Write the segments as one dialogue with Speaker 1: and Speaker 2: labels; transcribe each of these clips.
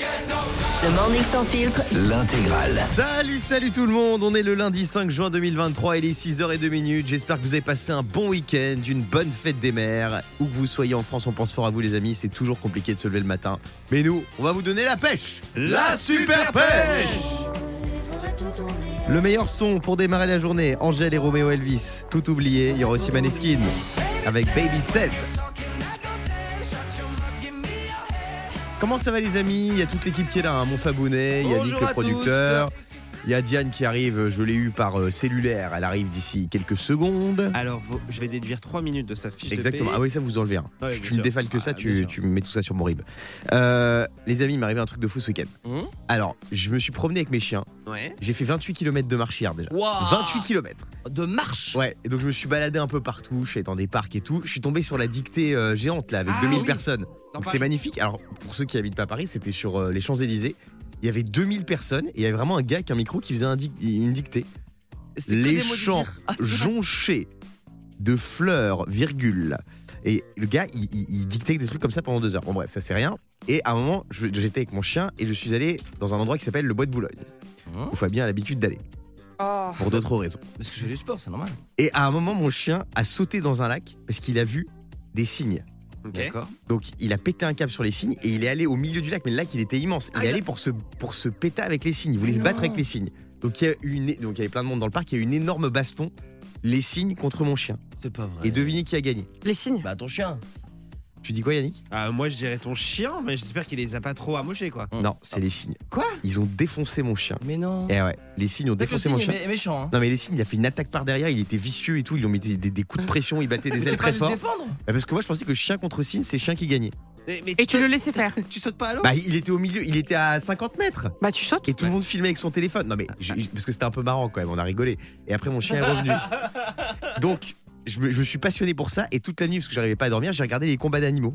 Speaker 1: Le Morning Sans Filtre,
Speaker 2: L'intégrale.
Speaker 3: Salut, salut tout le monde. On est le lundi 5 juin 2023, il est 6h02 minutes. J'espère que vous avez passé un bon week-end, une bonne fête des mers. Où que vous soyez en France, on pense fort à vous les amis. C'est toujours compliqué de se lever le matin. Mais nous, on va vous donner la pêche. La super pêche Le meilleur son pour démarrer la journée, Angèle et Roméo Elvis. Tout oublié, il y aura aussi Maneskin avec Baby Seth. Comment ça va les amis Il y a toute l'équipe qui est là, hein. mon Fabounet, il y a Nick
Speaker 4: Bonjour
Speaker 3: le
Speaker 4: à
Speaker 3: producteur. Il y a Diane qui arrive, je l'ai eu par euh, cellulaire, elle arrive d'ici quelques secondes.
Speaker 4: Alors, vo- je vais déduire 3 minutes de sa fiche. de
Speaker 3: Exactement.
Speaker 4: paye.
Speaker 3: Ah oui, ça vous enlevez un.
Speaker 4: Ouais,
Speaker 3: tu
Speaker 4: bien
Speaker 3: tu me
Speaker 4: sûr.
Speaker 3: défales que ça,
Speaker 4: Ah, bien
Speaker 3: tu,
Speaker 4: sûr.
Speaker 3: tu me mets tout ça sur mon rib. Euh, les amis, il m'est arrivé un truc de fou ce week-end.
Speaker 4: Hum
Speaker 3: Alors, je me suis promené avec mes chiens.
Speaker 4: ouais.
Speaker 3: J'ai fait 28 km de marche hier déjà. 28 km.
Speaker 5: de marche.
Speaker 3: Ouais, et donc je me suis baladé un peu partout, je suis allé dans des parcs et tout. Je suis tombé sur la dictée euh, géante là avec
Speaker 4: Ah
Speaker 3: 2000
Speaker 4: oui.
Speaker 3: personnes.
Speaker 4: Dans
Speaker 3: Donc c'était
Speaker 4: Paris.
Speaker 3: magnifique. Alors pour ceux qui habitent pas Paris, c'était sur euh, les Champs-Élysées. Il y avait 2000 personnes et il y avait vraiment un gars avec un micro qui faisait un dic- une dictée.
Speaker 5: C'était que
Speaker 3: Les
Speaker 5: des mots de
Speaker 3: champs
Speaker 5: dire. Ah, c'est vrai.
Speaker 3: jonchés de fleurs, virgule. Et le gars, il, il- il dictait des trucs comme ça pendant deux heures. Bon, bref, ça c'est rien. Et à un moment, je- j'étais avec mon chien et je suis allé dans un endroit qui s'appelle le Bois de Boulogne.
Speaker 4: Hein
Speaker 3: Où Fabien a l'habitude d'aller,
Speaker 5: Oh.
Speaker 3: pour d'autres raisons.
Speaker 4: Parce que j'ai du sport, c'est normal.
Speaker 3: Et à un moment, mon chien a sauté dans un lac parce qu'il a vu des cygnes.
Speaker 4: D'accord.
Speaker 3: Donc il a pété un câble sur les cygnes et il est allé au milieu du lac, mais le lac il était immense. Il
Speaker 5: Ah,
Speaker 3: est
Speaker 5: il
Speaker 3: allé pour se, pour se péter avec les cygnes, il voulait se
Speaker 5: Non.
Speaker 3: battre avec les cygnes. Donc il, y a eu une, donc il y avait plein de monde dans le parc, il y a eu une énorme baston, les cygnes contre mon chien.
Speaker 4: C'est pas vrai.
Speaker 3: Et devinez qui a gagné.
Speaker 5: Les signes.
Speaker 4: Bah, ton chien.
Speaker 3: Tu dis quoi Yannick
Speaker 6: Ah, moi je dirais ton chien, mais j'espère qu'il les a pas trop amochés quoi.
Speaker 4: Mm.
Speaker 3: Non, c'est les cygnes.
Speaker 4: Quoi
Speaker 3: Ils ont défoncé mon chien.
Speaker 4: Mais non.
Speaker 3: Eh ouais, les cygnes ont
Speaker 4: C'est que le
Speaker 3: défoncé
Speaker 4: signe
Speaker 3: mon
Speaker 4: est
Speaker 3: chien.
Speaker 4: mé- est méchant. hein.
Speaker 3: Non mais les cygnes, il a fait une attaque par derrière, il était vicieux et tout, ils lui ont mis des, des- des coups de pression, il battait des
Speaker 4: Tu peux
Speaker 3: ailes
Speaker 4: pas
Speaker 3: très
Speaker 4: le
Speaker 3: fort.
Speaker 4: défendre
Speaker 3: Bah, Parce que moi je pensais que chien contre cygne, c'est chien qui gagnait.
Speaker 4: Mais, mais
Speaker 5: Et tu le
Speaker 4: sautes-
Speaker 5: laissais faire.
Speaker 4: tu sautes pas à l'eau
Speaker 3: Bah il était au milieu, il était à 50 mètres.
Speaker 5: Bah tu sautes.
Speaker 3: Et tout le monde filmait avec son téléphone. Non mais je- je- parce que c'était un peu marrant quand même, on a rigolé. Et après mon chien est revenu. Donc je me, je me suis passionné pour ça et toute la nuit parce que j'arrivais pas à dormir, j'ai regardé les combats d'animaux.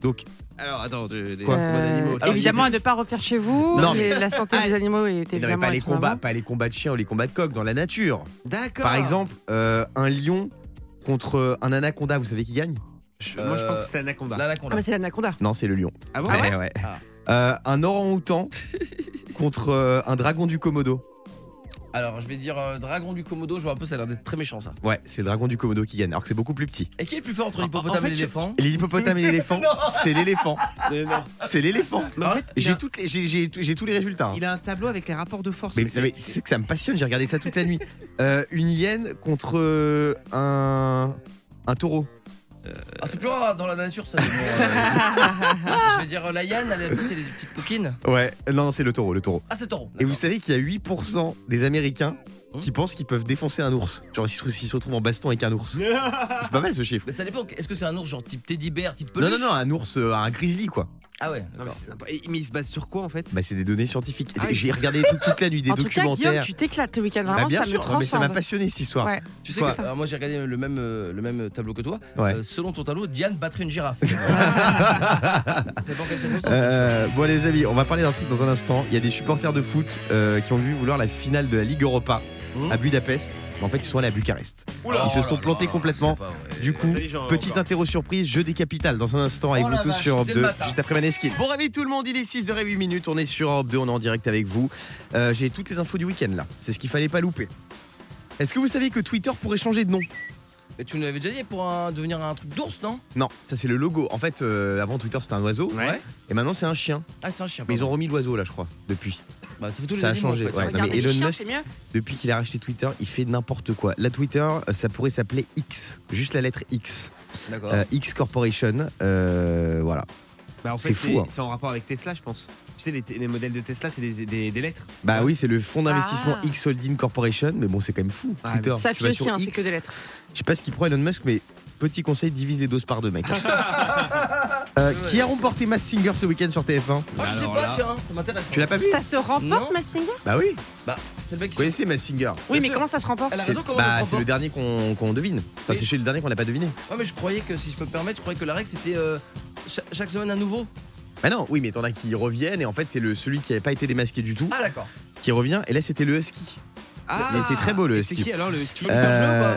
Speaker 3: Donc
Speaker 4: Alors, attends, tu- des
Speaker 3: Quoi
Speaker 4: combats d'animaux.
Speaker 5: Euh,
Speaker 4: Alors,
Speaker 5: évidemment
Speaker 3: Ah
Speaker 5: à ne pas refaire chez vous.
Speaker 3: Non, mais- Ah,
Speaker 5: Les- La santé des animaux est
Speaker 3: il n'avait
Speaker 5: évidemment.
Speaker 3: pas les
Speaker 5: à prendre en
Speaker 3: combats,
Speaker 5: main.
Speaker 3: pas les combats de chiens ou les combats de coqs dans la nature.
Speaker 4: D'accord.
Speaker 3: Par exemple, euh, un lion contre un anaconda, vous savez qui gagne
Speaker 6: Je- Moi je pense que c'est Anaconda.
Speaker 4: Là, là,
Speaker 5: Ah bah c'est l'anaconda.
Speaker 3: Non, c'est le lion.
Speaker 6: Ah bon
Speaker 3: Ouais, ouais. Euh, un orang-outan contre euh, un dragon du Komodo.
Speaker 4: Alors, je vais dire euh, dragon du Komodo, je vois un peu, ça a l'air d'être très méchant ça.
Speaker 3: Ouais, c'est le dragon du Komodo qui gagne alors que c'est beaucoup plus petit.
Speaker 4: Et qui est le plus fort entre
Speaker 6: En-
Speaker 4: l'hippopotame
Speaker 6: en fait,
Speaker 4: et l'éléphant
Speaker 3: Et L'hippopotame et l'éléphant, c'est l'éléphant.
Speaker 6: Mais non.
Speaker 3: C'est l'éléphant.
Speaker 6: Mais en
Speaker 4: Ah,
Speaker 6: fait, il,
Speaker 3: J'ai
Speaker 6: a,
Speaker 3: toutes les- j'ai- j'ai- j'ai tous les résultats. hein.
Speaker 6: il a un tableau avec les rapports de force.
Speaker 3: Mais, mais c'est que ça me passionne, j'ai regardé ça toute la nuit. Euh, une hyène contre euh, un, un taureau.
Speaker 4: Ah, c'est plus rare dans la nature ça. mais bon, euh, je vais dire euh, la hyène, elle est petite, elle est petite coquine.
Speaker 3: Ouais, non, non, c'est le taureau, le taureau.
Speaker 4: Ah, c'est taureau.
Speaker 3: Et vous
Speaker 4: d'accord.
Speaker 3: savez qu'il y a 8% des Américains qui pensent qu'ils peuvent défoncer un ours. Genre s'ils se- s'ils se retrouvent en baston avec un ours. C'est pas mal ce chiffre.
Speaker 4: Mais ça dépend, est-ce que c'est un ours genre type teddy bear, type
Speaker 3: Non,
Speaker 4: peluche
Speaker 3: non, non, un ours, euh, un grizzly quoi.
Speaker 4: Ah ouais,
Speaker 6: Non, mais,
Speaker 4: d'accord.
Speaker 6: c'est n'importe- Et- mais il se base sur quoi en fait
Speaker 3: Bah, c'est des données scientifiques.
Speaker 6: Ah oui.
Speaker 3: J'ai regardé des trucs toute la nuit, des
Speaker 5: en tout cas, Guillaume,
Speaker 3: documentaires.
Speaker 5: tu t'éclates ce week-end.
Speaker 3: Bah,
Speaker 5: Vraiment,
Speaker 3: bien
Speaker 5: ça
Speaker 3: sûr,
Speaker 5: me
Speaker 3: mais ça m'a
Speaker 5: transcende.
Speaker 3: passionné cette histoire.
Speaker 5: Ouais.
Speaker 4: Tu sais
Speaker 3: Quoi
Speaker 4: que alors moi j'ai regardé le même, euh, le même tableau que toi.
Speaker 3: Ouais.
Speaker 4: Euh, selon ton tableau, Diane battrait une girafe. c'est pour quelle circonstance
Speaker 3: Euh, bon les amis, on va parler d'un truc dans un instant. Il y a des supporters de foot euh, qui ont vu vouloir la finale de la Ligue Europa
Speaker 6: Mhm.
Speaker 3: à Budapest. Mais En fait, ils sont allés à Bucarest.
Speaker 6: Oula.
Speaker 3: ils se sont plantés complètement. Du coup,
Speaker 6: Salut, Jean,
Speaker 3: petite
Speaker 6: encore.
Speaker 3: interro surprise, jeu des capitales dans un instant avec
Speaker 4: Oh
Speaker 3: vous
Speaker 4: la
Speaker 3: tous
Speaker 4: vache,
Speaker 3: sur Europe
Speaker 4: dès
Speaker 3: 2,
Speaker 4: le matin.
Speaker 3: juste après Maneskin. Bon réveil tout le monde, il est 6h08 minutes, on est sur Europe 2, on est en direct avec vous. Euh, J'ai toutes les infos du week-end là, c'est ce qu'il fallait pas louper. Est-ce que vous savez que Twitter pourrait changer de nom
Speaker 4: Mais tu nous l'avais déjà dit pour un- devenir un truc d'ours, non
Speaker 3: Non, ça c'est le logo. En fait, euh, avant Twitter c'était un oiseau
Speaker 6: Ouais.
Speaker 3: et maintenant c'est un chien.
Speaker 4: Ah, c'est un chien.
Speaker 3: Mais ils
Speaker 4: pardon.
Speaker 3: ont remis l'oiseau là, je crois, depuis.
Speaker 4: Bah, ça fait tous les
Speaker 3: ça a
Speaker 4: animaux, en
Speaker 3: changé,
Speaker 4: fait,
Speaker 3: ouais.
Speaker 4: hein.
Speaker 3: Non, mais
Speaker 5: Regardez les
Speaker 3: Elon
Speaker 5: chiens,
Speaker 3: Musk-
Speaker 5: c'est mieux.
Speaker 3: Depuis qu'il a racheté Twitter, il fait n'importe quoi. La Twitter, euh, ça pourrait s'appeler X, juste la lettre X.
Speaker 4: D'accord.
Speaker 3: Euh, X Corporation, euh, voilà.
Speaker 6: Bah, en
Speaker 3: C'est
Speaker 6: fait,
Speaker 3: fou, hein.
Speaker 6: C'est en rapport avec Tesla, je pense. Tu sais, les, t- les modèles de Tesla, c'est des, des- des lettres.
Speaker 3: Bah oui, c'est le fonds d'investissement
Speaker 5: Ah.
Speaker 3: X Holding Corporation, mais bon, c'est quand même fou.
Speaker 6: Ah,
Speaker 3: Twitter,
Speaker 5: Ça
Speaker 3: tu
Speaker 5: fait
Speaker 3: vas
Speaker 5: aussi,
Speaker 3: sur
Speaker 5: hein, c'est
Speaker 3: X.
Speaker 5: que des lettres.
Speaker 3: Je sais pas ce qu'il prend Elon Musk, mais petit conseil, divise les doses par deux, mec. Euh, qui a remporté Mass Singer ce week-end sur TF1
Speaker 4: Ah, je sais
Speaker 6: Alors
Speaker 4: pas,
Speaker 6: là.
Speaker 4: tiens, ça m'intéresse.
Speaker 3: Tu l'as pas vu
Speaker 5: Ça se remporte,
Speaker 4: Non.
Speaker 5: ma singer
Speaker 3: Bah oui,
Speaker 4: C'est le mec
Speaker 3: vous
Speaker 4: qui
Speaker 3: connaissez Mass Singer.
Speaker 5: Oui,
Speaker 4: Bien
Speaker 5: mais
Speaker 4: sûr.
Speaker 5: comment ça se remporte
Speaker 4: Elle a
Speaker 3: C'est
Speaker 4: raison, comment ça
Speaker 3: bah,
Speaker 4: se
Speaker 3: c'est le
Speaker 4: remporte
Speaker 3: dernier qu'on qu'on devine. Enfin,
Speaker 4: Mais-
Speaker 3: c'est chez le dernier qu'on n'a pas deviné.
Speaker 4: Ouais, mais je croyais que, si je peux me permettre, je croyais que la règle c'était euh, cha- chaque semaine un nouveau.
Speaker 3: Bah non, oui, mais t'en as qui reviennent et en fait, c'est le celui qui n'avait pas été démasqué du tout
Speaker 4: Ah, d'accord.
Speaker 3: qui revient. Et là, c'était le husky.
Speaker 6: Ah
Speaker 3: Mais c'est très beau, le
Speaker 6: Et C'est
Speaker 3: ski.
Speaker 6: qui alors le ski
Speaker 4: faire
Speaker 3: Euh,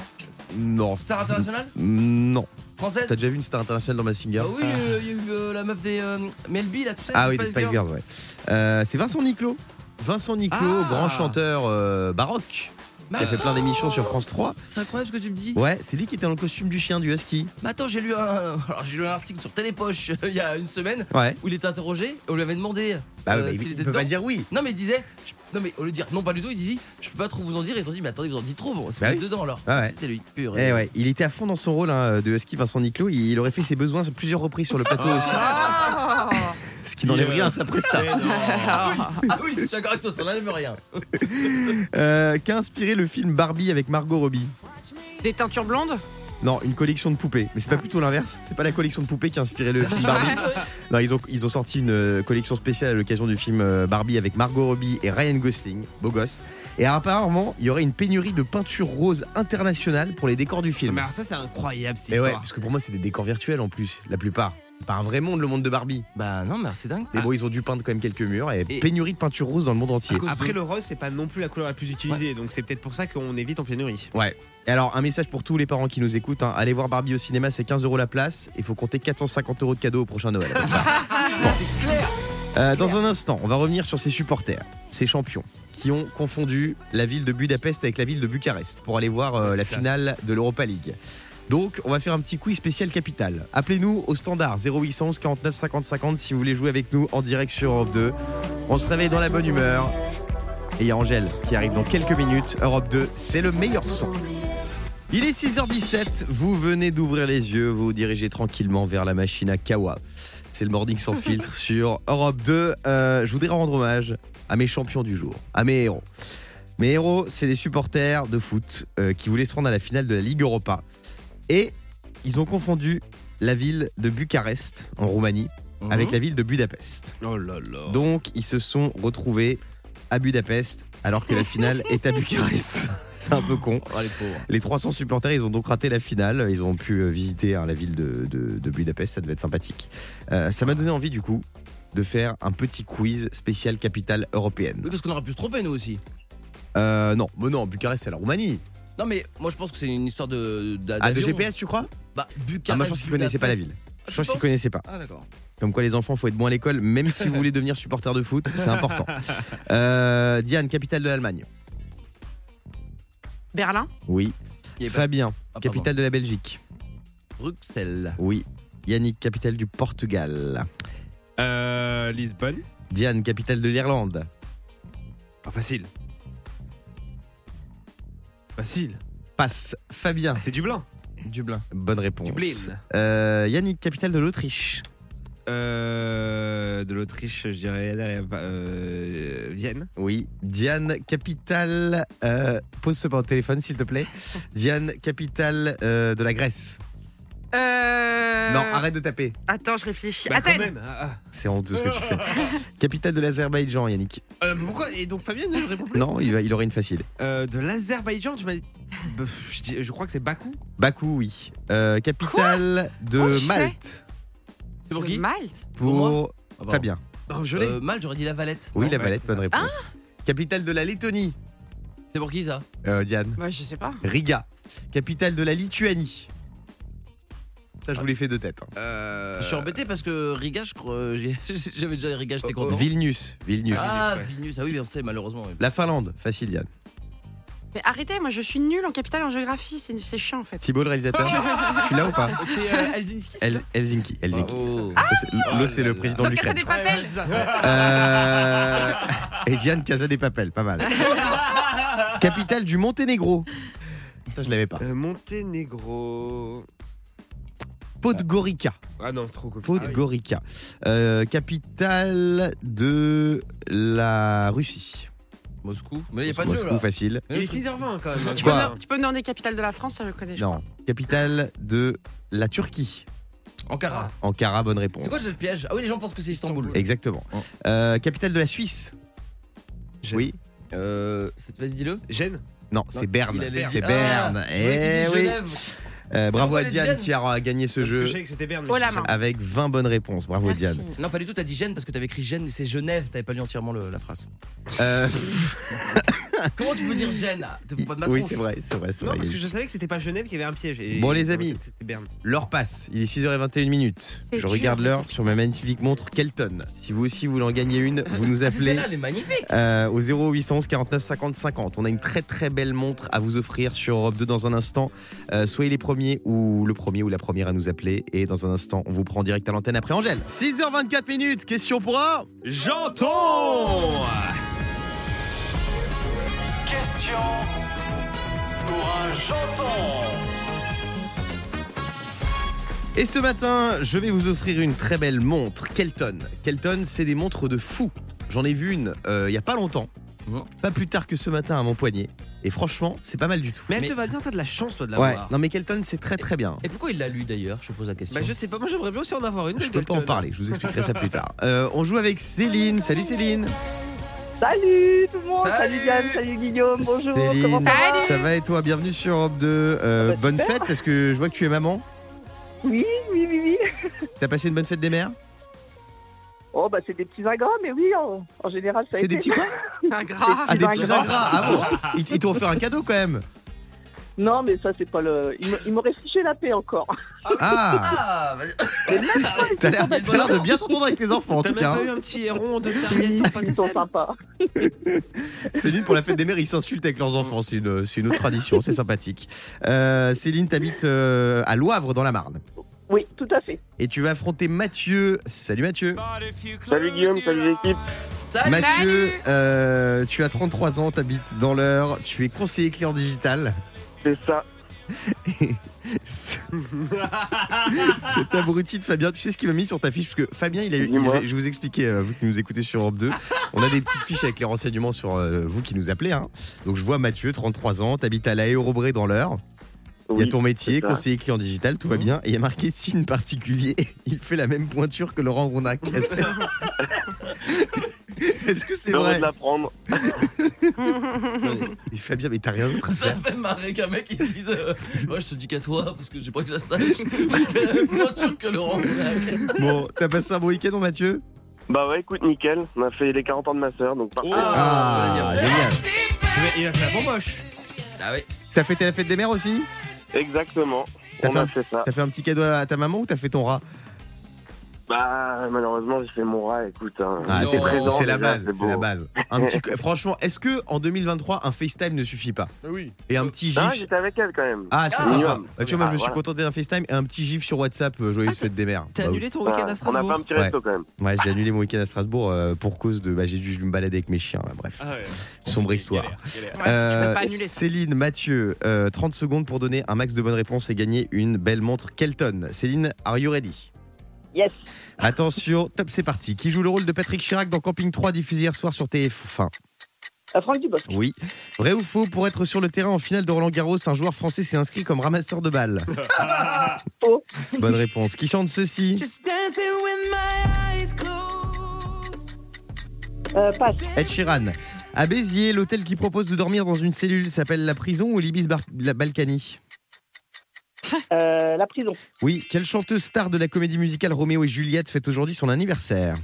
Speaker 3: Non.
Speaker 4: Star internationale
Speaker 3: Non.
Speaker 4: Française
Speaker 3: T'as déjà vu une star internationale dans ma Singer
Speaker 4: Bah oui, il y a eu le- la meuf des euh, Melby, là, tout ça.
Speaker 3: Ah
Speaker 4: les
Speaker 3: oui, des
Speaker 4: Spice
Speaker 3: Spice
Speaker 4: Girls.
Speaker 3: Girls, ouais. Euh, c'est Vincent Niclot. Vincent Niclot,
Speaker 6: Ah.
Speaker 3: grand chanteur euh, baroque,
Speaker 4: Mais
Speaker 3: qui a fait
Speaker 4: attends,
Speaker 3: plein d'émissions sur France 3.
Speaker 4: Ah, C'est incroyable ce que tu me dis.
Speaker 3: Ouais, c'est lui qui était dans le costume du chien du husky.
Speaker 4: Mais attends, j'ai lu un, alors, j'ai lu un article sur Télépoche euh, il y a une semaine
Speaker 3: Ouais.
Speaker 4: où il était interrogé et on lui avait demandé.
Speaker 3: Bah,
Speaker 4: euh,
Speaker 3: mais
Speaker 4: s'il
Speaker 3: il,
Speaker 4: était
Speaker 3: peut pas
Speaker 4: dedans.
Speaker 3: dire oui.
Speaker 4: Non, mais il disait. je- Non, mais au lieu de dire non, pas du tout, il disait Je peux pas trop vous en dire. Ils ont dit Mais attendez, vous en dites trop. Bon, c'est
Speaker 3: Bah
Speaker 4: vous
Speaker 3: oui.
Speaker 4: êtes dedans alors.
Speaker 3: Ah ouais.
Speaker 4: C'était lui, pur.
Speaker 3: Eh ouais, il était à fond dans son rôle hein, de husky Vincent Niclot. Il, il aurait fait ses besoins sur plusieurs reprises sur le plateau aussi,
Speaker 5: Ah.
Speaker 3: ce qui n'enlève
Speaker 6: Il, euh,
Speaker 3: rien à sa presta.
Speaker 4: Ah oui, je suis d'accord avec toi, ça n'enlève rien.
Speaker 3: Euh, Qu'a inspiré le film Barbie avec Margot Robbie
Speaker 5: Des teintures blondes
Speaker 3: Non, une collection de poupées. Mais c'est pas plutôt l'inverse C'est pas la collection de poupées qui a inspiré le film Barbie Non, ils ont, ils ont sorti une euh, collection spéciale à l'occasion du film euh, Barbie avec Margot Robbie et Ryan Gosling, beau gosse. Et apparemment, il y aurait une pénurie de peinture rose internationale pour les décors du
Speaker 6: Non,
Speaker 3: film.
Speaker 6: mais alors ça, c'est incroyable, cette
Speaker 3: Mais ouais,
Speaker 6: Ah, histoire.
Speaker 3: parce que pour moi, c'est des décors virtuels en plus, la plupart. C'est pas un vrai monde, le monde de Barbie.
Speaker 4: Bah non, mais c'est dingue.
Speaker 3: Mais bon, ils ont dû peindre quand même quelques murs et,
Speaker 6: Et-
Speaker 3: pénurie de peinture rose dans le monde entier.
Speaker 4: cause
Speaker 6: Après,
Speaker 4: de-
Speaker 6: le rose, c'est pas non plus la couleur la plus utilisée, donc c'est peut-être pour ça qu'on est vite en pénurie.
Speaker 3: Et alors, un message pour tous les parents qui nous écoutent hein, allez voir Barbie au cinéma, c'est 15 euros la place. Il faut compter 450 euros de cadeaux au prochain Noël.
Speaker 4: c'est clair.
Speaker 3: Euh, dans un instant, on va revenir sur ces supporters, ces champions, qui ont confondu la ville de Budapest avec la ville de Bucarest pour aller voir euh,
Speaker 6: Ouais,
Speaker 3: la
Speaker 6: c'est ça.
Speaker 3: finale de l'Europa League. Donc, on va faire un petit quiz spécial capitale. Appelez-nous au standard 0811 49 50 50 si vous voulez jouer avec nous en direct sur Europe 2. On se réveille dans la bonne humeur. Et il y a Angèle qui arrive dans quelques minutes. Europe 2, c'est le meilleur son. Il est 6h17, vous venez d'ouvrir les yeux, vous vous dirigez tranquillement vers la machine à Kawa. C'est le Morning sans filtre sur Europe 2. Euh, je voudrais rendre hommage à mes champions du jour, à mes héros. Mes héros, c'est des supporters de foot euh, qui voulaient se rendre à la finale de la Ligue Europa. Et ils ont confondu la ville de Bucarest, en Roumanie,
Speaker 4: Mmh. Mhm.
Speaker 3: avec la ville de Budapest.
Speaker 6: Oh là là.
Speaker 3: Donc, ils se sont retrouvés à Budapest alors que la finale est à Bucarest. C'est un peu con.
Speaker 4: Oh les pauvres.
Speaker 3: Les 300 supporters, ils ont donc raté la finale. Ils ont pu euh, visiter hein, la ville de, de- de Budapest. Ça devait être sympathique. Euh, ça m'a donné envie, du coup, de faire un petit quiz spécial capitale européenne.
Speaker 4: Oui, parce qu'on aurait pu se tromper nous aussi.
Speaker 3: Euh, non, mais non, Bucarest, c'est la Roumanie.
Speaker 4: Non, mais moi je pense que c'est une histoire de. d'a-
Speaker 3: Ah, de
Speaker 4: d'avion.
Speaker 3: GPS, tu crois
Speaker 4: Bah, Bucarest.
Speaker 3: Ah, moi, je pense qu'ils connaissaient pas la
Speaker 4: Budapest.
Speaker 3: ville.
Speaker 4: Ah,
Speaker 3: Je
Speaker 4: tu
Speaker 3: pense qu'ils
Speaker 4: penses
Speaker 3: connaissaient pas.
Speaker 4: Ah, d'accord.
Speaker 3: Comme quoi, les enfants, faut être bon à l'école, même si vous voulez devenir supporter de foot, c'est important. Euh, Diane, capitale de l'Allemagne.
Speaker 5: Berlin
Speaker 3: Oui.
Speaker 4: Il y avait pas-
Speaker 3: Fabien,
Speaker 4: Ah, pardon.
Speaker 3: capitale de la Belgique.
Speaker 4: Bruxelles.
Speaker 3: Oui. Yannick, capitale du Portugal.
Speaker 6: Euh, Lisbonne.
Speaker 3: Diane, capitale de l'Irlande.
Speaker 6: Pas facile. Facile.
Speaker 3: Passe. Fabien,
Speaker 6: C'est Dublin.
Speaker 4: Dublin.
Speaker 3: Bonne réponse.
Speaker 6: Dublin.
Speaker 3: Euh, Yannick, capitale de l'Autriche.
Speaker 6: Euh, de l'Autriche, je dirais. euh, euh, Vienne.
Speaker 3: Oui. Diane, capitale. euh, pose ce par téléphone, s'il te plaît. Diane, capitale euh, de la Grèce.
Speaker 5: Euh...
Speaker 3: Non, arrête de taper.
Speaker 5: Attends, je réfléchis.
Speaker 6: Bah, quand
Speaker 5: Athènes
Speaker 6: même. ah, ah.
Speaker 3: C'est honteux ce que tu fais. capitale de l'Azerbaïdjan, Yannick.
Speaker 6: Euh, pourquoi Et donc Fabien ne répond plus.
Speaker 3: Non, il, va- il aurait une facile.
Speaker 6: Euh, de l'Azerbaïdjan, tu m'as dit- Bah, pff, je, dis- je crois que c'est Bakou.
Speaker 3: Bakou, oui. Euh, capitale
Speaker 5: Oh,
Speaker 3: de
Speaker 5: tu sais.
Speaker 3: Malte.
Speaker 4: C'est
Speaker 6: Euh,
Speaker 4: pour
Speaker 5: De
Speaker 4: qui
Speaker 5: Malte
Speaker 3: Pour,
Speaker 4: Pour moi Ah, pardon.
Speaker 3: Fabien.
Speaker 6: Oh, je l'ai.
Speaker 4: Euh, Mal, j'aurais dit la Valette.
Speaker 3: Oui,
Speaker 4: Non,
Speaker 3: la
Speaker 4: ouais,
Speaker 3: Valette,
Speaker 4: c'est
Speaker 3: bonne
Speaker 4: ça.
Speaker 5: Ah
Speaker 3: réponse. Capitale de la Lettonie.
Speaker 4: C'est pour qui ça
Speaker 3: Euh, Diane.
Speaker 5: Bah, je sais pas.
Speaker 3: Riga. Capitale de la Lituanie.
Speaker 4: Ah.
Speaker 3: Ça, je vous l'ai fait de tête. hein.
Speaker 6: Euh,
Speaker 4: Je suis embêté parce que Riga, je crois- euh, j'ai- j'avais déjà les Riga, j'étais
Speaker 6: Oh,
Speaker 4: content.
Speaker 3: Vilnius. Vilnius.
Speaker 4: Ah,
Speaker 6: Vilnius, ouais.
Speaker 4: Vilnius, ah oui, on sait, malheureusement. oui.
Speaker 3: La Finlande, facile Yann.
Speaker 5: Mais arrêtez, moi je suis nulle en capitale et en géographie, c'est c'est chiant en fait.
Speaker 3: Thibaut le réalisateur, tu l'as ou pas
Speaker 6: C'est euh, Helsinki. c'est
Speaker 3: El- Helsinki, Helsinki.
Speaker 4: Bravo. Ah,
Speaker 3: Ça, c'est- L'autre c'est le président de
Speaker 5: Donc, Casa
Speaker 3: l'Ukraine.
Speaker 5: des
Speaker 6: ça Ouais,
Speaker 5: Papel
Speaker 6: ouais, c'est
Speaker 3: Euh...
Speaker 6: ça.
Speaker 3: Et Diane Casa des Papel, pas mal. Capitale du Monténégro. Ça je l'avais pas.
Speaker 6: Euh, Monténégro.
Speaker 3: Podgorica.
Speaker 6: Ah non, trop cool.
Speaker 3: Podgorica. Euh, capitale de la Russie.
Speaker 4: Moscou. Mais il n'y a pas de
Speaker 3: Moscou,
Speaker 4: jeu là.
Speaker 3: facile.
Speaker 6: Il est 6h20 quand même.
Speaker 3: Tu
Speaker 5: tu,
Speaker 3: vois.
Speaker 5: peux me- tu peux me donner capitale de la France, ça je connais. je
Speaker 3: Non. Capitale de la Turquie.
Speaker 4: Ankara.
Speaker 3: Ankara, bonne réponse.
Speaker 4: C'est quoi ce piège Ah oui, les gens pensent que c'est Istanbul.
Speaker 3: Exactement.
Speaker 4: Oh.
Speaker 3: Euh, capitale de la Suisse.
Speaker 6: J'ai-
Speaker 3: Oui.
Speaker 4: Euh, c'est- Vas-y, dis-le.
Speaker 6: Gênes.
Speaker 3: Non, c'est Berne.
Speaker 4: Il allait
Speaker 3: bah, C'est
Speaker 4: dire-
Speaker 3: Berne.
Speaker 4: Ah,
Speaker 3: Eh
Speaker 4: j'aurais dit
Speaker 3: oui.
Speaker 4: Genève.
Speaker 3: Euh, bravo
Speaker 4: Bravo
Speaker 3: à
Speaker 4: les
Speaker 3: Diane
Speaker 4: Diane.
Speaker 3: qui a gagné ce
Speaker 6: Parce que je
Speaker 3: jeu
Speaker 6: savais que c'était Berne.
Speaker 5: Oh
Speaker 6: mais
Speaker 5: la
Speaker 6: j'ai-
Speaker 5: main.
Speaker 3: avec 20 bonnes réponses. Bravo
Speaker 5: Merci.
Speaker 3: Diane.
Speaker 4: Non, pas du tout, t'as dit Gênes parce que t'avais écrit Gênes, c'est Genève, t'avais pas lu entièrement le- la phrase.
Speaker 3: Euh,
Speaker 4: Comment tu peux dire gêne Te fous pas de ma
Speaker 3: Oui,
Speaker 4: tronche.
Speaker 3: c'est vrai, c'est vrai, c'est
Speaker 6: Non,
Speaker 3: vrai.
Speaker 6: parce que je savais que c'était pas Genève qu'il y avait un piège. et-
Speaker 3: Bon, les amis.
Speaker 6: C'était Berne.
Speaker 3: L'heure passe, il est 6h21 minutes.
Speaker 5: C'est
Speaker 3: Je
Speaker 5: dur.
Speaker 3: regarde l'heure sur ma magnifique montre Kelton. Si vous aussi vous voulez en gagner une, vous nous
Speaker 4: C'est
Speaker 3: appelez
Speaker 4: Ah, celle-là, elle est magnifique.
Speaker 3: euh, au 0811 49 50 50. On a une très très belle montre à vous offrir sur Europe 2 dans un instant. Euh, soyez les premiers ou le premier ou la première à nous appeler et dans un instant, on vous prend direct à l'antenne après Angèle. 6h24 minutes, question pour un
Speaker 6: J'entends
Speaker 2: Question pour un janton.
Speaker 3: Et ce matin, je vais vous offrir une très belle montre, Kelton. Kelton, c'est des montres de fou. J'en ai vu une euh, il y a pas longtemps,
Speaker 4: Mhm.
Speaker 3: pas plus tard que ce matin à mon poignet. Et franchement, c'est pas mal du tout.
Speaker 6: Mais elle
Speaker 4: Mais-
Speaker 6: te va bien, t'as de la chance toi de
Speaker 3: Ouais,
Speaker 6: l'avoir.
Speaker 3: non mais Kelton, c'est très très bien.
Speaker 4: Et pourquoi il l'a lu d'ailleurs Je pose la question.
Speaker 6: Bah je sais pas, moi j'aimerais bien aussi en avoir une. euh,
Speaker 3: Je peux pas en parler, je vous expliquerai ça plus tard. Euh, on joue avec Céline. Salut Céline.
Speaker 7: Salut tout le monde,
Speaker 4: Salut.
Speaker 7: salut, Diane, salut Guillaume, bonjour,
Speaker 3: Céline,
Speaker 7: comment ça va
Speaker 5: Salut.
Speaker 3: Ça va et toi Bienvenue sur Europe 2. Euh,
Speaker 7: Ça va
Speaker 3: bonne fête parce que je vois que tu es maman.
Speaker 7: Oui, oui, oui, oui.
Speaker 3: T'as passé une bonne fête des mères
Speaker 7: Oh bah c'est des petits ingrats, mais oui, en, en général ça a
Speaker 3: C'est des
Speaker 7: été.
Speaker 3: petits quoi
Speaker 5: Un gras.
Speaker 3: Ah, des
Speaker 7: ingrats.
Speaker 3: petits ingrats. Ah bon Ils, ils t'ont offert un cadeau quand même.
Speaker 7: Non mais ça c'est pas le... Il me- il m'aurait fiché la paix encore.
Speaker 3: Ah
Speaker 4: Ah, bah,
Speaker 3: T'as l'air t'as l'air de bien t'entendre avec tes enfants en
Speaker 6: T'as
Speaker 3: tout
Speaker 6: même
Speaker 3: cas. hein.
Speaker 6: pas eu un petit héron de serviette ou pas de
Speaker 7: Ils sont
Speaker 6: sel
Speaker 7: sympas.
Speaker 3: Céline, pour la fête des mères, ils s'insultent avec leurs enfants. C'est une, c'est une autre tradition, c'est sympathique. Euh, Céline, t'habites euh, à Loivre dans la Marne.
Speaker 7: Oui, tout à fait.
Speaker 3: Et tu vas affronter Mathieu. Salut Mathieu.
Speaker 8: Salut Guillaume, salut l'équipe.
Speaker 4: ça,
Speaker 3: Mathieu, euh, tu as 33 ans, t'habites dans l'heure, tu es conseiller client digital.
Speaker 8: C'est ça.
Speaker 3: Ce- Cet abruti de Fabien, tu sais ce qu'il m'a mis sur ta fiche Parce que Fabien, il a, il-
Speaker 8: Dis-moi.
Speaker 3: je vais vous expliquer, euh, vous qui nous écoutez sur Europe 2, on a des petites fiches avec les renseignements sur euh, vous qui nous appelez. hein. Donc je vois Mathieu, 33 ans, t'habites à l'aérobré dans l'heure. Il y a
Speaker 8: Oui.
Speaker 3: ton métier,
Speaker 8: c'est ça.
Speaker 3: conseiller client digital, tout va
Speaker 4: Mhm.
Speaker 3: bien. Et il y a marqué signe particulier. Il fait la même pointure que Laurent Ronac. Est-ce que Est-ce que c'est
Speaker 8: Heureux
Speaker 3: vrai
Speaker 8: de l'apprendre.
Speaker 3: Mais Fabien, mais t'as rien d'autre à
Speaker 4: Ça
Speaker 3: faire.
Speaker 4: fait marrer qu'un mec il se dise euh, Moi je te dis qu'à toi parce que j'ai pas que ça sache. Moins sûr que Laurent Bounac.
Speaker 3: Bon, t'as passé un bon week-end, mon Mathieu
Speaker 8: Bah ouais, écoute, nickel. On a fait les 40 ans de ma sœur, donc
Speaker 4: Oh,
Speaker 8: parfait.
Speaker 3: Ah,
Speaker 4: génial.
Speaker 3: génial.
Speaker 6: Mais il a fait la bomboche.
Speaker 4: Ah oui.
Speaker 3: T'as fêté la fête des mères aussi
Speaker 8: Exactement.
Speaker 3: T'as
Speaker 8: On
Speaker 3: fait
Speaker 8: a
Speaker 3: un-
Speaker 8: fait ça.
Speaker 3: T'as fait un petit cadeau à ta maman ou t'as fait ton rat
Speaker 8: Bah malheureusement, j'ai fait mon rat, écoute. hein.
Speaker 4: Ah,
Speaker 8: Il
Speaker 4: c'est
Speaker 8: est
Speaker 4: vrai,
Speaker 8: présent,
Speaker 3: c'est la
Speaker 8: déjà,
Speaker 3: base, c'est
Speaker 8: beau.
Speaker 3: la base. Un petit... Franchement, est-ce que en 2023, un FaceTime ne suffit pas
Speaker 4: Oui.
Speaker 3: Et un petit
Speaker 8: Ah,
Speaker 3: gif
Speaker 8: j'étais avec elle quand même.
Speaker 3: Ah, c'est
Speaker 4: Ah.
Speaker 3: sympa.
Speaker 8: Minimum.
Speaker 3: Bah, tu vois, moi, je me suis
Speaker 8: Ah, voilà.
Speaker 3: contenté d'un FaceTime et un petit gif sur WhatsApp. euh,
Speaker 5: Ah,
Speaker 3: Joyeuse fête des mères.
Speaker 6: T'as
Speaker 3: Bah oui.
Speaker 6: annulé ton
Speaker 8: Enfin,
Speaker 6: week-end à
Speaker 8: on a fait
Speaker 6: Strasbourg
Speaker 8: un petit resto quand même.
Speaker 3: Ouais, j'ai annulé mon week-end à Strasbourg euh, pour cause de. Bah, j'ai dû me balader avec mes chiens, là, bref. Sombre histoire.
Speaker 5: Ah Ouais, je
Speaker 3: Euh,
Speaker 5: peux pas annuler ça.
Speaker 3: Céline, Mathieu, euh, 30 secondes pour donner un max de bonnes réponses et gagner une belle montre Kelton. Céline, are you ready
Speaker 7: Yes.
Speaker 3: Attention, top, c'est parti. Qui joue le rôle de Patrick Chirac dans Camping 3 diffusé hier soir sur TF1
Speaker 7: Euh, Franck Dubos.
Speaker 3: Oui. Vrai ou faux Pour être sur le terrain en finale de Roland Garros, un joueur français s'est inscrit comme ramasseur de balles.
Speaker 7: Faux.
Speaker 3: Bonne réponse. Qui chante ceci
Speaker 1: Just dancing with my eyes closed.
Speaker 7: Euh, passe.
Speaker 3: Ed Sheeran. À Béziers, l'hôtel qui propose de dormir dans une cellule s'appelle la prison ou l'Ibis Bar- la Balkany
Speaker 7: Euh, la prison.
Speaker 3: Oui, quelle chanteuse star de la comédie musicale Roméo et Juliette fête aujourd'hui son anniversaire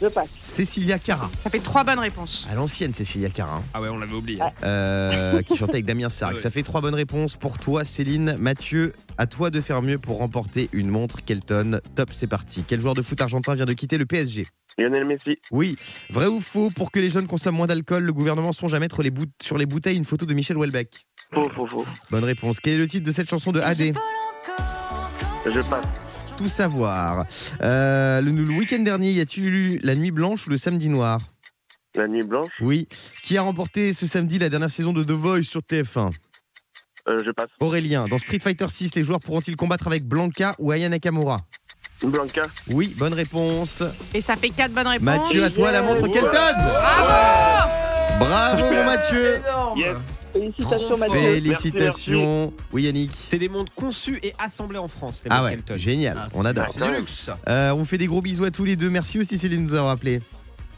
Speaker 7: Je passe.
Speaker 3: Cécilia Cara.
Speaker 5: Ça fait trois bonnes réponses.
Speaker 3: À l'ancienne Cécilia Cara, hein,
Speaker 6: Ah ouais, on l'avait oublié. Ah
Speaker 7: Ah.
Speaker 3: euh, qui chantait avec Damien Sark.
Speaker 6: Ouais.
Speaker 3: Ça fait trois bonnes réponses pour toi, Céline. Mathieu, à toi de faire mieux pour remporter une montre Kelton. Top, c'est parti. Quel joueur de foot argentin vient de quitter le PSG
Speaker 8: Lionel Messi,
Speaker 3: Oui. Vrai ou faux Pour que les jeunes consomment moins d'alcool, le gouvernement songe à mettre les bout- sur les bouteilles une photo de Michel Houellebecq.
Speaker 8: faux, faux, faux.
Speaker 3: Bonne réponse. Quel est le titre de cette chanson de AD
Speaker 8: Je passe.
Speaker 3: Tout savoir. Euh, le, le week-end dernier, y a-t-il eu la nuit blanche ou le samedi noir
Speaker 8: La nuit blanche,
Speaker 3: Oui. Qui a remporté ce samedi la dernière saison de The Voice sur TF1
Speaker 8: euh, je passe.
Speaker 3: Aurélien, dans Street Fighter 6, les joueurs pourront-ils combattre avec Blanca ou Aya Nakamura
Speaker 8: Blanca,
Speaker 3: Oui, bonne réponse.
Speaker 5: Et ça fait quatre bonnes réponses.
Speaker 3: Mathieu, à toi la montre
Speaker 8: Ouais.
Speaker 3: Kelton
Speaker 6: Ah
Speaker 3: Bravo mon Mathieu
Speaker 4: Énorme.
Speaker 8: yes.
Speaker 7: Félicitations Mathieu.
Speaker 3: Félicitations. Oui Yannick
Speaker 6: C'est des montres conçues et assemblées en France, les
Speaker 3: Ah
Speaker 6: montres
Speaker 3: ouais,
Speaker 6: Kelton.
Speaker 3: génial,
Speaker 4: Ah, c'est-
Speaker 3: on adore.
Speaker 4: C'est du luxe.
Speaker 3: Euh, on vous fait des gros bisous à tous les deux. Merci aussi Céline de nous avoir appelés.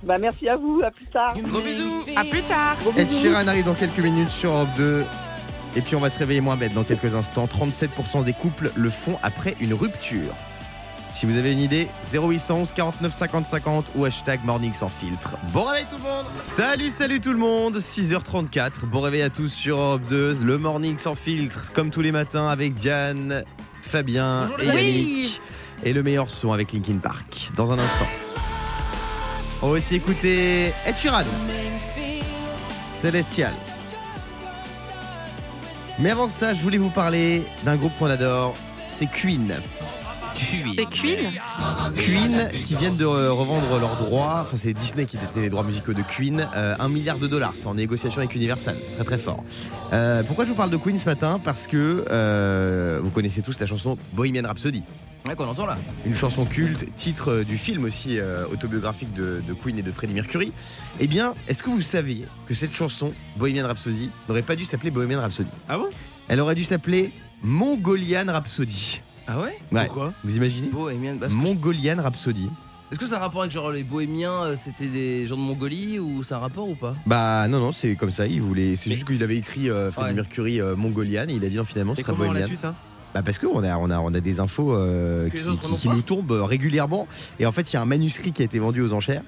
Speaker 7: Bah merci à vous, à plus tard.
Speaker 4: Gros bisous.
Speaker 5: À plus tard.
Speaker 7: Gros
Speaker 3: Ed
Speaker 7: bisous.
Speaker 3: Sheeran arrive dans quelques minutes sur Europe 2. Et puis on va se réveiller moins bête dans quelques instants. 37% des couples le font après une rupture. Si vous avez une idée, 0811 49 50 50 ou hashtag morning sans filtre. Bon réveil tout le monde Salut, salut tout le monde 6h34, bon réveil à tous sur Europe 2, le morning sans filtre, comme tous les matins avec Diane, Fabien
Speaker 4: Bonjour,
Speaker 3: et
Speaker 4: les amis.
Speaker 3: Yannick. Et le meilleur son avec Linkin Park, dans un instant. On va aussi écouter Ed Sheeran, Celestial. Mais avant ça, je voulais vous parler d'un groupe qu'on adore, c'est Queen.
Speaker 5: C'est Queen Oh.
Speaker 3: Queen qui viennent de euh, revendre leurs droits, enfin c'est Disney qui détenait les droits musicaux de Queen, euh, un milliard de dollars, c'est en négociation avec Universal, très très fort. Euh, pourquoi je vous parle de Queen ce matin Parce que euh, vous connaissez tous la chanson Bohemian Rhapsody,
Speaker 4: Ouais, qu'on entend là.
Speaker 3: une chanson culte, titre euh, du film aussi euh, autobiographique de, de Queen et de Freddie Mercury. Eh bien, est-ce que vous saviez que cette chanson Bohemian Rhapsody n'aurait pas dû s'appeler Bohemian Rhapsody
Speaker 6: Ah bon
Speaker 3: Elle aurait dû s'appeler Mongolian Rhapsody.
Speaker 4: Ah ouais
Speaker 3: Ouais,
Speaker 6: Pourquoi
Speaker 3: vous imaginez
Speaker 4: Bohémien. parce que-
Speaker 3: Mongolian Rhapsody.
Speaker 4: Est-ce que ça a un rapport avec genre les bohémiens, euh, c'était des gens de Mongolie ou ça a un rapport ou pas
Speaker 3: Bah non non c'est comme ça il voulait c'est juste qu'il avait écrit euh, Freddie
Speaker 4: Ouais.
Speaker 3: Mercury euh, Mongolian et il a dit non finalement ce
Speaker 6: Et
Speaker 3: sera
Speaker 6: comment on l'a hein
Speaker 3: Bohemian
Speaker 6: su ça
Speaker 3: bah parce que on a on a on a des infos euh,
Speaker 4: Que les
Speaker 3: qui,
Speaker 4: autres
Speaker 3: qui-
Speaker 4: n'ont
Speaker 3: qui
Speaker 4: pas.
Speaker 3: nous tombent euh, régulièrement et en fait il y a un manuscrit qui a été vendu aux enchères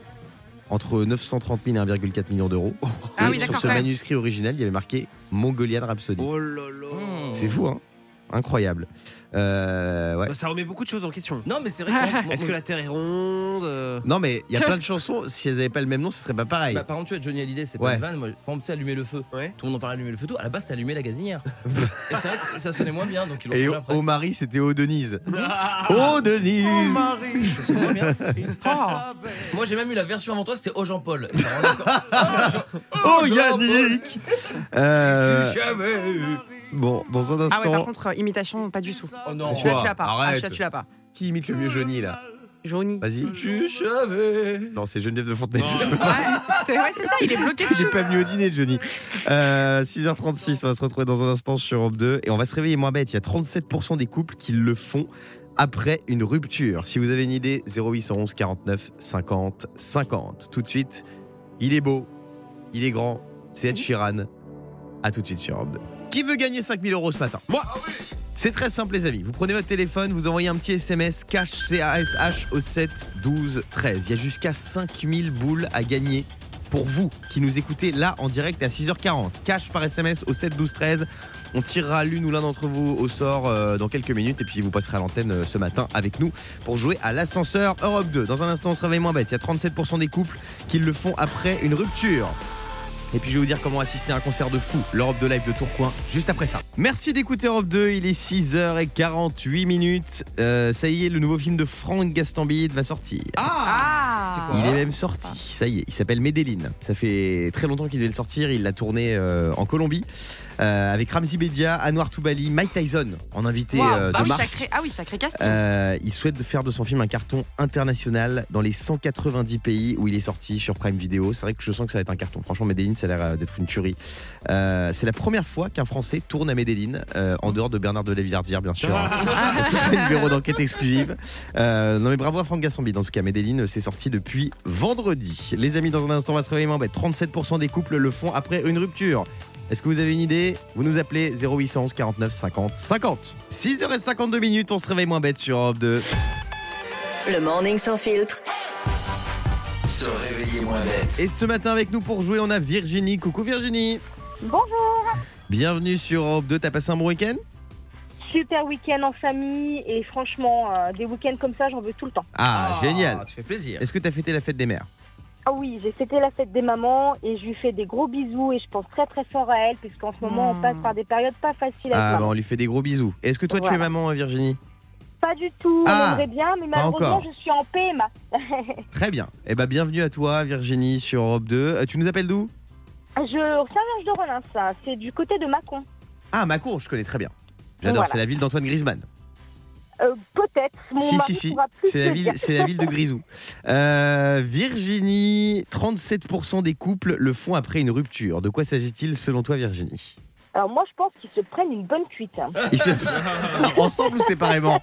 Speaker 3: entre 930 000 et 1,4 million d'euros
Speaker 5: Ah
Speaker 3: Et
Speaker 5: oui,
Speaker 3: sur ce
Speaker 5: d'accord, quand même.
Speaker 3: manuscrit original il y avait marqué Mongolian Rhapsody
Speaker 6: Oh là là
Speaker 4: Hmm.
Speaker 3: c'est fou hein incroyable euh, ouais
Speaker 6: Bah, Ça remet beaucoup de choses en question.
Speaker 4: Non, mais c'est vrai que.
Speaker 6: Est-ce que la Terre est ronde euh,
Speaker 3: non mais il y a plein de chansons si elles avaient pas le même nom ce serait pas pareil
Speaker 4: Bah, par exemple, tu vois, Johnny Hallyday, c'est pas
Speaker 3: Ouais.
Speaker 4: une vanne. Moi, par exemple, tu sais, allumer le feu.
Speaker 6: Ouais.
Speaker 4: Tout le monde en parlait allumer le feu, tout. À la base, t'as allumé la gazinière. et c'est vrai que ça sonnait moins bien, donc ils l'ont
Speaker 3: et
Speaker 4: changé
Speaker 3: au,
Speaker 4: après.
Speaker 3: au mari c'était au Denise oh Denise
Speaker 4: Ça sonne moins bien.
Speaker 5: Ah
Speaker 4: Moi, j'ai même eu la version avant toi, c'était au Jean-Paul. Et ça
Speaker 6: Euh.
Speaker 4: rend encore-
Speaker 3: Oh Yannick Euh,
Speaker 4: Tu savais.
Speaker 3: Bon, dans un
Speaker 5: Ah ouais, par
Speaker 3: instant,
Speaker 5: contre, euh, imitation, pas du tout.
Speaker 4: Oh non.
Speaker 5: Tu l'as, tu l'as pas. Ah,
Speaker 3: Arrête.
Speaker 5: celui-là, tu l'as pas.
Speaker 3: qui imite le mieux Johnny là
Speaker 5: Johnny.
Speaker 3: Vas-y.
Speaker 4: Tu savais.
Speaker 3: Non, c'est Geneviève de Fontenay.
Speaker 5: Ouais, t'es- ouais, c'est ça, il est bloqué
Speaker 3: Il
Speaker 5: dessus.
Speaker 3: est pas venu au dîner, Johnny. Euh, 6h36, on va se retrouver dans un instant sur Europe 2 et on va se réveiller moins bête. Il y a 37% des couples qui le font après une rupture. Si vous avez une idée, 0811 49 50 50. Tout de suite, il est beau, il est grand, c'est Ed Sheeran. À tout de suite sur Europe 2. Qui veut gagner 5000 euros ce matin Moi C'est très simple, les amis. Vous prenez votre téléphone, vous envoyez un petit SMS cash CASH au 7 12 13. Il y a jusqu'à 5000 boules à gagner pour vous qui nous écoutez là en direct à 6h40. Cash par SMS au 7 12 13. On tirera l'une ou l'un d'entre vous au sort euh, dans quelques minutes et puis vous passerez à l'antenne euh, ce matin avec nous pour jouer à l'ascenseur Europe 2. Dans un instant, on se réveille moins bête. Il y a 37% des couples qui le font après une rupture. Et puis je vais vous dire comment assister à un concert de fou, l'Europe de Live de Tourcoing, juste après ça. Merci d'écouter Europe 2, il est 6h48 minutes. Euh, ça y est, le nouveau film de Franck Gastambide va sortir.
Speaker 5: Ah
Speaker 3: Il est même sorti, ça y est, il s'appelle Medellin. Ça fait très longtemps qu'il devait le sortir, il l'a tourné euh, en Colombie euh, avec Ramzi Bedia, Anwar Toubali, Mike Tyson en invité
Speaker 5: Waouh,
Speaker 3: euh,
Speaker 5: ah,
Speaker 3: de
Speaker 5: oui,
Speaker 3: marque.
Speaker 5: sacré, ah oui, sacré casting.
Speaker 3: Euh, il souhaite faire de son film un carton international dans les 190 pays où il est sorti sur Prime Video. C'est vrai que je sens que ça va être un carton. Franchement, Medellin, ça a l'air euh, d'être une tuerie. Euh, c'est la première fois qu'un Français tourne à Medellin, euh, en dehors de Bernard de Lévillardière, bien sûr. hein. Pour tous les numéros d'enquête exclusive. Euh, non, mais bravo à Franck Gassambide. En tout cas, Medellin, euh, c'est sorti depuis vendredi. Les amis, dans un instant, on va se réveiller. moins bête. 37% des couples le font après une rupture. Est-ce que vous avez une idée Vous nous appelez 0811 49 50 50. 6h52 minutes, on se réveille moins bête sur Europe 2.
Speaker 9: Le morning sans filtre.
Speaker 2: Se réveiller moins bête.
Speaker 3: Et ce matin avec nous pour jouer, on a Virginie. Coucou Virginie
Speaker 7: Bonjour.
Speaker 3: Bienvenue sur Europe 2, t'as passé un bon week-end
Speaker 7: Super week-end en famille et franchement, euh, des week-ends comme ça, j'en veux tout le temps.
Speaker 3: ah, génial
Speaker 4: Tu fais plaisir.
Speaker 3: Est-ce que t'as fêté la fête des mères
Speaker 7: Ah oui, j'ai fêté la fête des mamans et je lui fais des gros bisous et je pense très très fort à elle puisqu'en ce moment,
Speaker 5: Mmh.
Speaker 7: on passe par des périodes pas faciles à
Speaker 3: Ah, bah,
Speaker 7: maman.
Speaker 3: on lui fait des gros bisous. Est-ce que toi tu
Speaker 7: Voilà.
Speaker 3: es maman, hein, Virginie
Speaker 7: Pas du tout,
Speaker 3: Ah.
Speaker 7: on aimerait bien, mais malheureusement,
Speaker 3: encore.
Speaker 7: je suis en PMA.
Speaker 3: Très bien. Eh bah, bienvenue à toi, Virginie, sur Europe 2. Euh, tu nous appelles d'où
Speaker 7: Je reviens de Ronin, ça. C'est du côté de Mâcon.
Speaker 3: Ah, Macon, je connais très bien. J'adore,
Speaker 7: Voilà.
Speaker 3: c'est la ville d'Antoine Griezmann.
Speaker 7: Euh, Peut-être. Mon
Speaker 3: si,
Speaker 7: mari
Speaker 3: si, si.
Speaker 7: pourra plus
Speaker 3: C'est la,
Speaker 7: te
Speaker 3: ville,
Speaker 7: dire.
Speaker 3: c'est la ville de Grisou. Euh, Virginie, 37% des couples le font après une rupture. De quoi s'agit-il selon toi, Virginie
Speaker 7: Alors moi, je pense qu'ils se prennent une bonne cuite. hein.
Speaker 3: Ils se- Ensemble ou séparément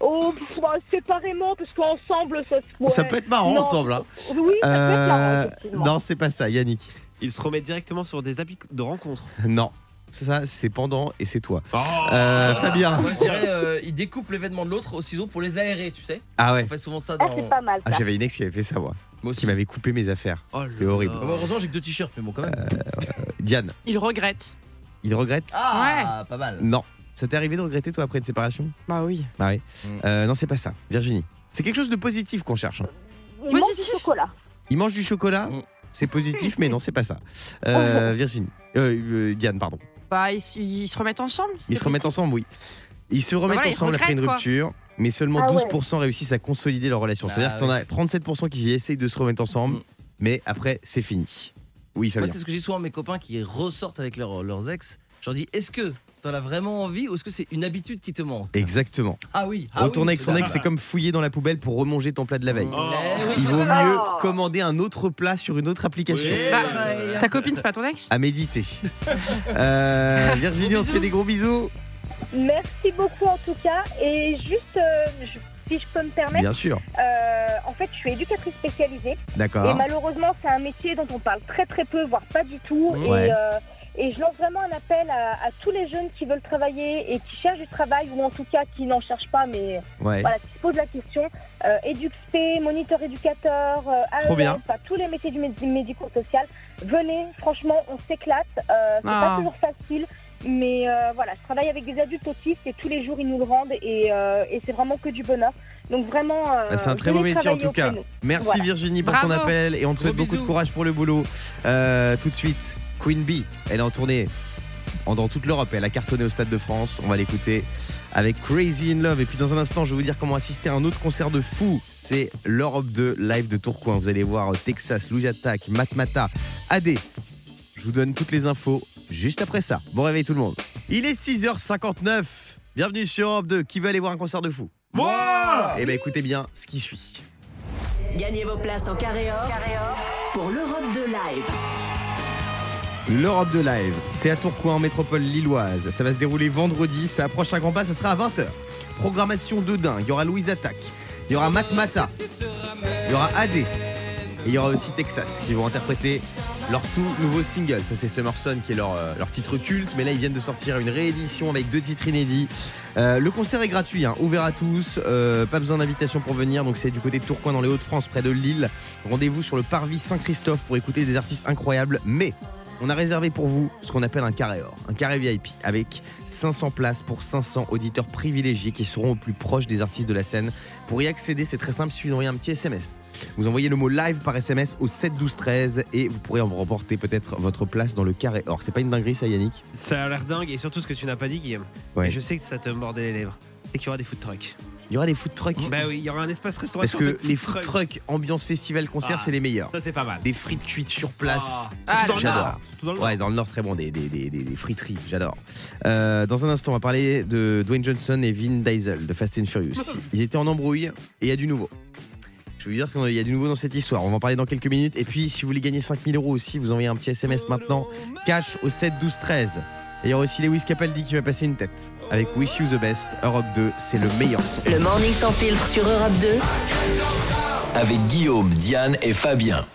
Speaker 7: Oh, pff, bah, séparément, parce qu'ensemble, ça se...
Speaker 3: Ça
Speaker 7: ouais.
Speaker 3: peut être marrant
Speaker 7: Non.
Speaker 3: ensemble. hein.
Speaker 7: Oui, ça peut être marrant,
Speaker 3: Euh,
Speaker 7: effectivement.
Speaker 3: non, c'est pas ça, Yannick.
Speaker 6: Ils se remettent directement sur des applis de rencontres.
Speaker 3: Non. ça, c'est pendant et c'est toi. Euh, Fabien.
Speaker 4: Moi je dirais, euh, il découpe l'événement de l'autre au ciseau pour les aérer, tu sais.
Speaker 3: Ah
Speaker 4: On
Speaker 3: ouais.
Speaker 4: fait souvent ça dans.
Speaker 7: Ah, c'est pas mal
Speaker 3: Ah,
Speaker 7: ça.
Speaker 3: j'avais une ex qui avait fait ça, moi.
Speaker 4: Moi
Speaker 3: Qui
Speaker 4: aussi.
Speaker 3: m'avait coupé mes affaires.
Speaker 4: Oh là
Speaker 3: C'était
Speaker 4: là.
Speaker 3: horrible.
Speaker 4: Ah, bah, heureusement, j'ai que deux t-shirts, mais bon, quand même.
Speaker 3: Diane,
Speaker 5: Il regrette.
Speaker 3: il regrette
Speaker 4: Ah, pas mal.
Speaker 3: Non. Ça t'est arrivé de regretter, toi, après une séparation
Speaker 5: Bah oui.
Speaker 3: Marie
Speaker 4: Mm.
Speaker 3: Euh, Non, c'est pas ça. Virginie. C'est quelque chose de positif qu'on cherche. hein.
Speaker 7: Il
Speaker 5: Moi,
Speaker 7: mange
Speaker 5: j'ai
Speaker 7: du
Speaker 5: su-
Speaker 7: chocolat.
Speaker 3: Il mange du chocolat,
Speaker 4: Mm.
Speaker 3: c'est positif, mais non, c'est pas ça.
Speaker 7: Oh.
Speaker 3: Euh, Virginie. Euh, euh, Diane, pardon.
Speaker 5: Bah ils, s- ils se remettent ensemble.
Speaker 3: Ils se remettent ensemble, oui. Ils se remettent
Speaker 5: voilà, ils
Speaker 3: ensemble après une
Speaker 5: regrettent, quoi.
Speaker 3: rupture, mais seulement
Speaker 7: Ah ouais.
Speaker 3: 12% réussissent à consolider leur relation.
Speaker 4: Bah
Speaker 3: C'est-à-dire que t'en as 37% qui essayent de se remettre ensemble,
Speaker 4: Mm.
Speaker 3: mais après, c'est fini. Oui,
Speaker 4: Moi,
Speaker 3: Fabien.
Speaker 4: c'est ce que j'ai souvent à mes copains qui ressortent avec leurs- leurs ex. Je leur dis, est-ce que t'en as vraiment envie ou est-ce que c'est une habitude qui te manque
Speaker 3: Exactement.
Speaker 4: Ah oui. ah oui,
Speaker 3: Retourner avec
Speaker 4: c'est
Speaker 3: son
Speaker 4: dingue.
Speaker 3: ex, c'est comme fouiller dans la poubelle pour remanger ton plat de la veille.
Speaker 4: Eh oui.
Speaker 3: Il vaut mieux
Speaker 7: Oh.
Speaker 3: commander un autre plat sur une autre application.
Speaker 4: Oui,
Speaker 5: Bah,
Speaker 4: pareil.
Speaker 5: Ta copine c'est pas ton ex
Speaker 3: À méditer. Euh, Virginie, on te fait des gros bisous.
Speaker 7: Merci beaucoup en tout cas. Et juste, euh, je- si je peux me permettre,
Speaker 3: Bien Ah. sûr.
Speaker 7: euh, en fait, je suis éducatrice spécialisée. Et
Speaker 3: D'accord.
Speaker 7: malheureusement, c'est un métier dont on parle très très peu, voire pas du tout.
Speaker 3: Ouais.
Speaker 7: Et, euh, et je lance vraiment un appel à, à tous les jeunes qui veulent travailler et qui cherchent du travail, ou en tout cas qui n'en cherchent pas, mais
Speaker 3: Ouais.
Speaker 7: voilà, qui se posent la question. Euh, EduxP, moniteur éducateur, euh,
Speaker 3: Trop
Speaker 7: AES,
Speaker 3: bien.
Speaker 7: enfin, tous les métiers du médi- médico-social. Venez, franchement, on s'éclate. Euh, c'est
Speaker 5: Ah.
Speaker 7: pas toujours facile. Mais euh, voilà, je travaille avec des adultes autistes et tous les jours ils nous le rendent et, euh, et c'est vraiment que du bonheur. Donc vraiment, euh,
Speaker 3: Ah, c'est un très
Speaker 7: venez
Speaker 3: beau métier, en
Speaker 7: travailler
Speaker 3: tout
Speaker 7: auprès
Speaker 3: cas.
Speaker 7: de nous.
Speaker 3: Merci
Speaker 7: Voilà.
Speaker 3: Virginie pour ton
Speaker 5: Bravo.
Speaker 3: appel et on te
Speaker 4: Gros
Speaker 3: souhaite beaucoup de
Speaker 4: bisous.
Speaker 3: courage pour le boulot. Euh, tout de suite, Queen Bee, elle est en tournée en- dans toute l'Europe. Elle a cartonné au Stade de France. On va l'écouter avec Crazy in Love. Et puis dans un instant, je vais vous dire comment assister à un autre concert de fou. C'est l'Europe 2 live de Tourcoing. Vous allez voir euh, Texas, Louis Attack, Matmata, AD. Je vous donne toutes les infos juste après ça. Bon réveil tout le monde. Il est 6h59. Bienvenue sur Europe 2. Qui veut aller voir un concert de fou Eh bien écoutez bien ce qui suit.
Speaker 9: Gagnez vos places en carré or pour l'Europe de live.
Speaker 3: L'Europe de Live, c'est à Tourcoing en métropole lilloise. Ça va se dérouler vendredi, ça approche à grands pas, ça sera à 20h. Programmation de dingue, il y aura Louise Attack, il y aura Matt Mata, il y aura AD, et il y aura aussi Texas qui vont interpréter leur tout nouveau single. Ça c'est Summerson qui est leur, euh, leur titre culte, mais là ils viennent de sortir une réédition avec deux titres inédits. Euh, le concert est gratuit, hein, ouvert à tous, euh, pas besoin d'invitation pour venir, donc c'est du côté de Tourcoing dans les Hauts-de-France, près de Lille. Rendez-vous sur le Parvis Saint-Christophe pour écouter des artistes incroyables, mais on a réservé pour vous ce qu'on appelle un carré or, un carré VIP, avec 500 places pour 500 auditeurs privilégiés qui seront au plus proche des artistes de la scène. Pour y accéder, c'est très simple, il suffit d'envoyer un petit SMS. Vous envoyez le mot live par SMS au 7 12 13 et vous pourrez en remporter peut-être votre place dans le carré or. C'est pas une dinguerie ça Yannick
Speaker 6: Ça a l'air dingue et surtout ce que tu n'as pas dit, Guillaume.
Speaker 3: Ouais.
Speaker 6: Et je sais que ça te mordait les lèvres. C'est qu'il y aura des food trucks.
Speaker 3: Il y aura des food trucks
Speaker 6: Bah oui, il y aura un espace
Speaker 3: Parce
Speaker 6: restauration.
Speaker 3: Mm. que
Speaker 6: de
Speaker 3: les food trucks, ambiance festival, concert,
Speaker 6: Ah,
Speaker 3: c'est les meilleurs.
Speaker 6: Ça, c'est pas mal.
Speaker 3: Des frites cuites sur place.
Speaker 6: Ah,
Speaker 5: Ah,
Speaker 6: surtout dans le
Speaker 3: j'adore.
Speaker 6: Nord, surtout dans le
Speaker 3: Ouais, dans le Nord, très bon, des, des, des, des- des friteries, j'adore. Euh, dans un instant, on va parler de Dwayne Johnson et Vin Diesel de Fast and Furious. Ils étaient en embrouille et il y a du nouveau. Je vais vous dire qu'il y a du nouveau dans cette histoire. On va en parler dans quelques minutes. Et puis, si vous voulez gagner 5000 euros aussi, vous envoyez un petit
Speaker 6: Oh,
Speaker 3: SMS maintenant, cash au 7 12 13. Et il y aura aussi Lewis Capaldi qui va passer une tête. Avec Wish You the Best, Europe 2, c'est le meilleur son.
Speaker 9: Le Morning sans filtre sur Europe 2
Speaker 2: Avec Guillaume, Diane et Fabien.